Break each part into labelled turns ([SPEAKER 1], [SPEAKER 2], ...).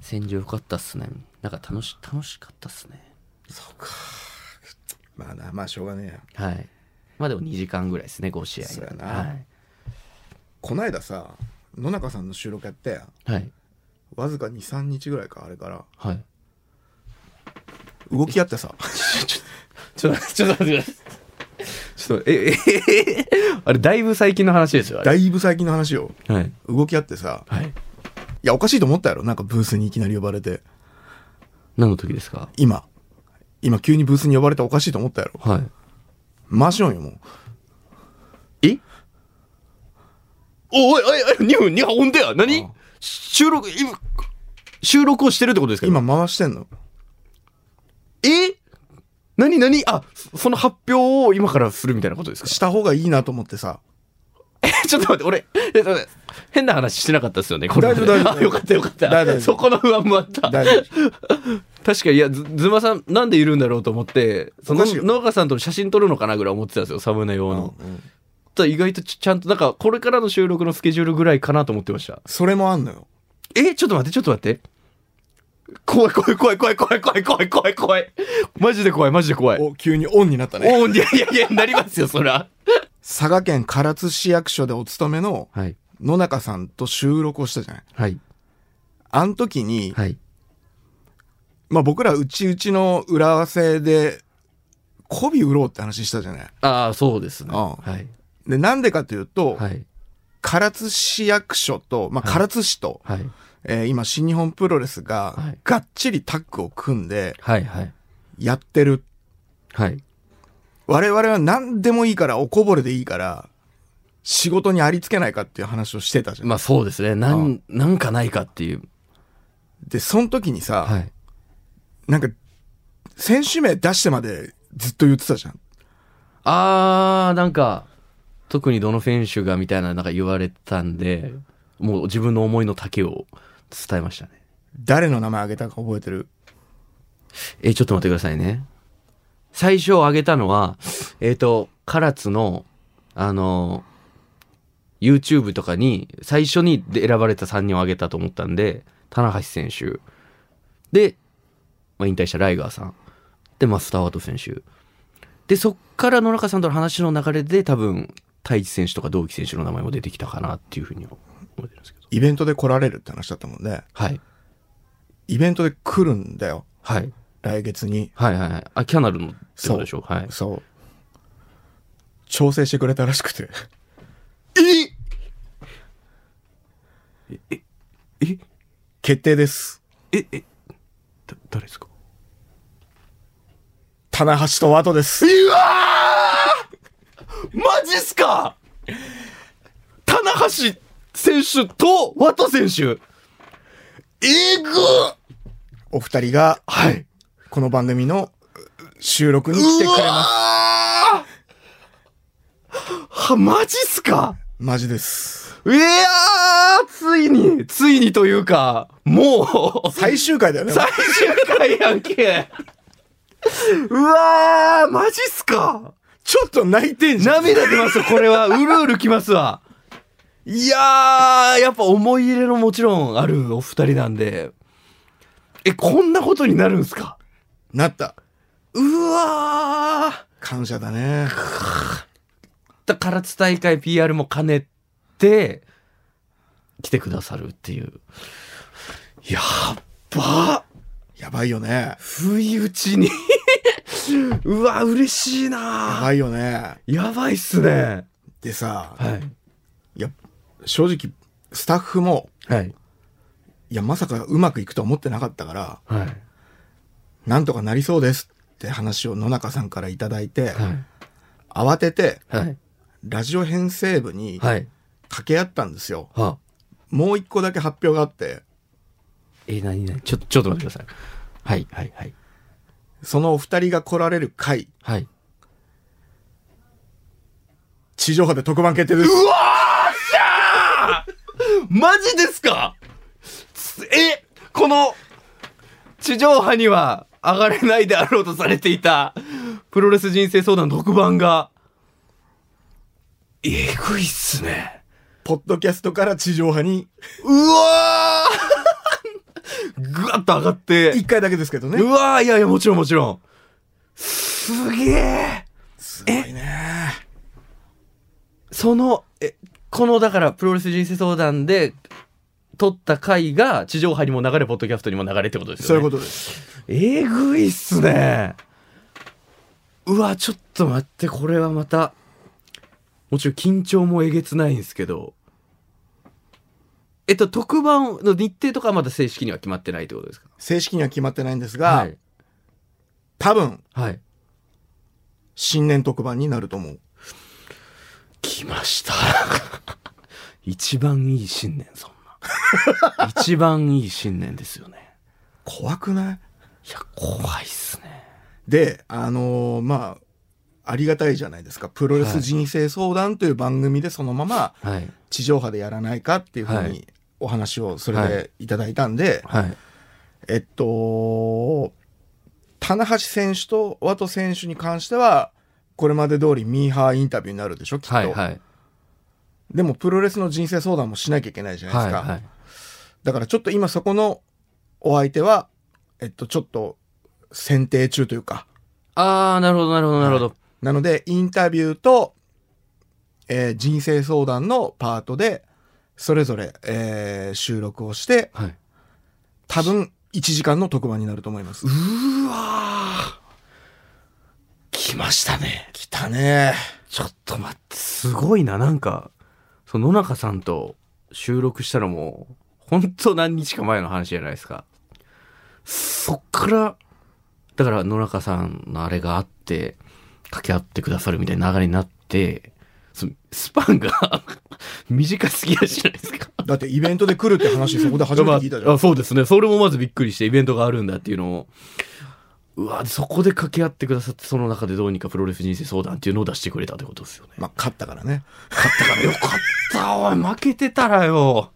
[SPEAKER 1] 戦場良かったっすねなんか楽し楽しかったっすね
[SPEAKER 2] そうか。まあな、まあしょうがねえや。
[SPEAKER 1] はいまあでも2時間ぐらいですね5試合
[SPEAKER 2] そうやな
[SPEAKER 1] はい、
[SPEAKER 2] こないださ、野中さんの収録やって、
[SPEAKER 1] はい
[SPEAKER 2] わずか2、3日ぐらいか、あれから、
[SPEAKER 1] はい、
[SPEAKER 2] 動き合ってさ、
[SPEAKER 1] ちょっとちょっと待ってくださいちょっとええええあれだいぶ最近の話ですよあ れ
[SPEAKER 2] だいぶ最近の話を、
[SPEAKER 1] はい
[SPEAKER 2] 動き合ってさ、
[SPEAKER 1] はい
[SPEAKER 2] いや、おかしいと思ったやろ、なんかブースにいきなり呼ばれて、
[SPEAKER 1] 何の時ですか
[SPEAKER 2] 今、今急にブースに呼ばれておかしいと思ったやろ。
[SPEAKER 1] は
[SPEAKER 2] 回しよんよ、もう。
[SPEAKER 1] いえおいおいおい2分2分ほんとや
[SPEAKER 2] あ
[SPEAKER 1] 何収録今収録をしてるってことですか
[SPEAKER 2] 今回してんの。
[SPEAKER 1] え何何あそその発表を今からするみたいなことですか
[SPEAKER 2] した方がいいなと思ってさ、
[SPEAKER 1] え ちょっと待って俺えちょっと待って変な話してなかったですよねこれまで
[SPEAKER 2] 大丈夫大丈夫
[SPEAKER 1] あよかったよかった
[SPEAKER 2] 大丈夫
[SPEAKER 1] そこの不安もあった
[SPEAKER 2] 大丈夫。
[SPEAKER 1] 確かにいやずずまさんなんでいるんだろうと思ってそ
[SPEAKER 2] お
[SPEAKER 1] の
[SPEAKER 2] かしいよ
[SPEAKER 1] 農家さんと写真撮るのかなぐらい思ってたんですよサムネ用の、
[SPEAKER 2] うん
[SPEAKER 1] ただ意外とちちゃんとなんかこれからの収録のスケジュールぐらいかなと思ってました
[SPEAKER 2] それもあんのよ。
[SPEAKER 1] えちょっと待ってちょっと待って怖い怖い怖い怖い怖い怖い怖い怖い怖いマジで怖いマジで怖い
[SPEAKER 2] お、急にオンになったね。
[SPEAKER 1] おいやいやいやなりますよそら
[SPEAKER 2] 佐賀県唐津市役所でお勤めの
[SPEAKER 1] はい
[SPEAKER 2] 野中さんと収録をしたじゃない。
[SPEAKER 1] はい
[SPEAKER 2] あの時に、
[SPEAKER 1] はい
[SPEAKER 2] まあ僕らうちうちの裏合わせで、媚び売ろうって話したじゃない。
[SPEAKER 1] ああそうですね
[SPEAKER 2] うん
[SPEAKER 1] はい
[SPEAKER 2] で、なんでかというと、
[SPEAKER 1] はい
[SPEAKER 2] 唐津市役所と、まあ
[SPEAKER 1] は
[SPEAKER 2] 唐津市と、
[SPEAKER 1] はい
[SPEAKER 2] えー今新日本プロレスが
[SPEAKER 1] はい、
[SPEAKER 2] がっちりタッグを組んで
[SPEAKER 1] はいはい
[SPEAKER 2] やってる。
[SPEAKER 1] はい
[SPEAKER 2] 我々は何でもいいから、おこぼれでいいから、仕事にありつけないかっていう話をしてたじゃん。
[SPEAKER 1] まあそうですねなんなんかないかっていう
[SPEAKER 2] で、その時にさ、
[SPEAKER 1] はい
[SPEAKER 2] なんか、選手名出してまでずっと言ってたじゃん。
[SPEAKER 1] あーなんか特にどの選手がみたいななんか言われてたんでもう自分の思いの丈を伝えましたね
[SPEAKER 2] 誰の名前挙げたか覚えてる
[SPEAKER 1] え、ちょっと待ってくださいね。最初上げたのは、えっ、と、唐津の、あの、YouTube とかに最初にで選ばれた3人を上げたと思ったんで、棚橋選手。で、まあ、引退したライガーさん。で、まあ、スターワート選手。で、そっから野中さんとの話の流れで多分、太一選手とか同期選手の名前も出てきたかなっていうふうに思ってるんですけど。
[SPEAKER 2] イベントで来られるって話だったもんね。
[SPEAKER 1] はい。
[SPEAKER 2] イベントで来るんだよ。
[SPEAKER 1] はい。
[SPEAKER 2] 来月に。
[SPEAKER 1] はいはいはい。あ、キャナルのってことでしょはい。
[SPEAKER 2] そう。調整してくれたらしくて。
[SPEAKER 1] え
[SPEAKER 2] 決定です。
[SPEAKER 1] え、え、だ、誰ですか
[SPEAKER 2] 棚橋とワトです。
[SPEAKER 1] うわーマジっすか棚橋選手とワト選手えぐ
[SPEAKER 2] お二人が、
[SPEAKER 1] はい。
[SPEAKER 2] この番組の収録に来てくれます。
[SPEAKER 1] は、マジっすか
[SPEAKER 2] マジです。
[SPEAKER 1] いやーついに、ついにというか、もう、
[SPEAKER 2] 最終回だよね。
[SPEAKER 1] 最終回やんけ。うわーマジっすか
[SPEAKER 2] ちょっと泣いてんじゃん。
[SPEAKER 1] 涙出ますよ、これは。うるうるきますわ。いやー、やっぱ思い入れのもちろんあるお二人なんで。え、こんなことになるんすか
[SPEAKER 2] なった。
[SPEAKER 1] うわ
[SPEAKER 2] 感謝だね。
[SPEAKER 1] ー。だから唐津大会 PR も兼ねて、来てくださるっていう。やっば
[SPEAKER 2] やばいよね。
[SPEAKER 1] 不意打ち に。うわ、嬉しい
[SPEAKER 2] や
[SPEAKER 1] な
[SPEAKER 2] ばいよね。
[SPEAKER 1] やばいっすね。
[SPEAKER 2] でさ、
[SPEAKER 1] はい。
[SPEAKER 2] いや、正直、スタッフも、
[SPEAKER 1] はい。
[SPEAKER 2] いや、まさかうまくいくと思ってなかったから、
[SPEAKER 1] はい。
[SPEAKER 2] なんとかなりそうですって話を野中さんからいただいて、
[SPEAKER 1] はい。
[SPEAKER 2] 慌てて、
[SPEAKER 1] はい。
[SPEAKER 2] ラジオ編成部に
[SPEAKER 1] はい。
[SPEAKER 2] 掛け合ったんですよ。
[SPEAKER 1] は
[SPEAKER 2] もう一個だけ発表があって、
[SPEAKER 1] え、なになにちょ、ちょっと待ってください。はい、はい、はい。
[SPEAKER 2] そのお二人が来られる回、
[SPEAKER 1] はい。
[SPEAKER 2] 地上波で特番決定です。
[SPEAKER 1] うわーしゃーマジですかつえ、この、地上波には上がれないであろうとされていた、プロレス人生相談特番が、えぐいっすね。
[SPEAKER 2] ポッドキャストから地上波に、
[SPEAKER 1] うわぐわっと上がって、
[SPEAKER 2] 一回だけですけどね
[SPEAKER 1] う。わーいやいやもちろんもちろんすげえ
[SPEAKER 2] すごいね。
[SPEAKER 1] そのえこのだからプロレス人生相談で撮った回が地上波にも流れポッドキャストにも流れってことです
[SPEAKER 2] そう
[SPEAKER 1] よ
[SPEAKER 2] い
[SPEAKER 1] ね
[SPEAKER 2] うことです。
[SPEAKER 1] えぐいっすねうわちょっと待ってこれはまたもちろん緊張もえげつないんですけどえっと特番の日程とかはまだ正式には決まってないってことですか
[SPEAKER 2] 正式には決まってないんですが、
[SPEAKER 1] はい
[SPEAKER 2] 多分、
[SPEAKER 1] はい
[SPEAKER 2] 新年特番になると思う。
[SPEAKER 1] 来ました 一番いい新年そんな一番いい新年ですよね
[SPEAKER 2] 怖くない
[SPEAKER 1] いや怖いっすね
[SPEAKER 2] で、あのーまあ、ありがたいじゃないですか。プロレス人生相談という番組でそのまま
[SPEAKER 1] はい
[SPEAKER 2] 地上波でやらないかっていうふう
[SPEAKER 1] は
[SPEAKER 2] に
[SPEAKER 1] い
[SPEAKER 2] お話をそれ
[SPEAKER 1] は
[SPEAKER 2] でいただいたんで、
[SPEAKER 1] はい
[SPEAKER 2] えっと、棚橋選手とワト選手に関しては、これまで通りミーハーインタビューになるでしょ、きっと。
[SPEAKER 1] はいはい
[SPEAKER 2] でもプロレスの人生相談もしなきゃいけないじゃないで
[SPEAKER 1] は
[SPEAKER 2] す
[SPEAKER 1] い
[SPEAKER 2] か。
[SPEAKER 1] はい
[SPEAKER 2] だからちょっと今そこのお相手は、えっと、ちょっと選定中というか、
[SPEAKER 1] ああなるほどなるほどなるほど、
[SPEAKER 2] なのでインタビューと、えー人生相談のパートで、それぞれ、えー収録をして、
[SPEAKER 1] はい、
[SPEAKER 2] 多分1時間の特番になると思います
[SPEAKER 1] う。ーわー来ましたね
[SPEAKER 2] 来たね
[SPEAKER 1] ちょっと待ってすごいななんかその野中さんと収録したのも本当何日か前の話じゃないですかそっからだから野中さんのあれがあって掛け合ってくださるみたいな流れになってそスパンが 短すぎやしないですか
[SPEAKER 2] だってイベントで来るって 話そこで初めて聞いたじゃん。
[SPEAKER 1] あそうですねそれもまずびっくりしてイベントがあるんだっていうのをうわそこで掛け合ってくださってその中でどうにかプロレス人生相談っていうのを出してくれたってことですよね
[SPEAKER 2] まあ、勝ったからね。
[SPEAKER 1] 勝ったからよかったおい負けてたらよ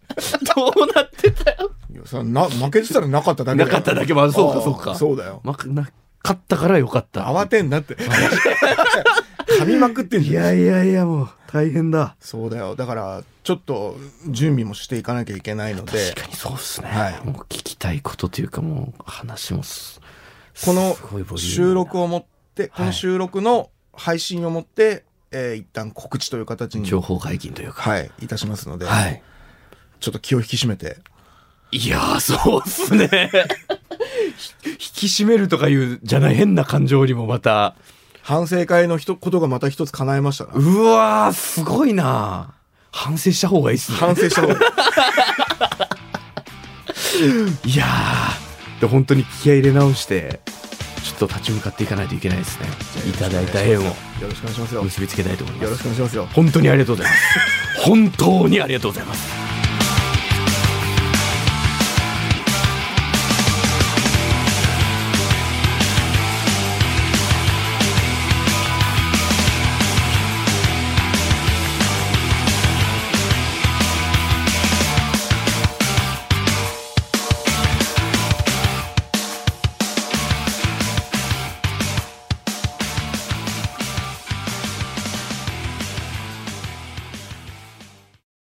[SPEAKER 1] どうなってたよ
[SPEAKER 2] い やそれな負けてたらなかっただけだよ
[SPEAKER 1] なかっただけまあそうかそうか
[SPEAKER 2] ああそうだよ。
[SPEAKER 1] 負けな勝ったからよかった
[SPEAKER 2] 慌てんなって。噛みまくってん
[SPEAKER 1] い
[SPEAKER 2] じゃん。
[SPEAKER 1] やいやいやもう大変だ
[SPEAKER 2] そうだよ。だから、ちょっと準備もしていかなきゃいけないので、
[SPEAKER 1] 確かにそうっすね、
[SPEAKER 2] はい
[SPEAKER 1] もう聞きたいことというかもう話もす
[SPEAKER 2] この
[SPEAKER 1] すごいボリュームだ
[SPEAKER 2] 収録をもって、こ
[SPEAKER 1] は
[SPEAKER 2] の
[SPEAKER 1] い
[SPEAKER 2] 収録の配信をもって、えー一旦告知という形に、
[SPEAKER 1] 情報解禁というか
[SPEAKER 2] はい、いたしますので、
[SPEAKER 1] はい
[SPEAKER 2] ちょっと気を引き締めて、
[SPEAKER 1] いやー、そうっすね。 ひ引き締めるとかいう、じゃない、変な感情にもまた。
[SPEAKER 2] 反省会のひとことがまた一つ叶えましたな。
[SPEAKER 1] うわー、すごいな反省した方がいいっすね。
[SPEAKER 2] 反省した 方がいい。
[SPEAKER 1] いやー、で本当に気合い入れ直して、ちょっと立ち向かっていかないといけないですね。いただいた縁を
[SPEAKER 2] よろしくお願いしますよ。よ
[SPEAKER 1] 結びつけたいと思いま
[SPEAKER 2] ろしくお。
[SPEAKER 1] す
[SPEAKER 2] 願いしますよ。
[SPEAKER 1] 本当にありがとうございます。本当にありがとうございます。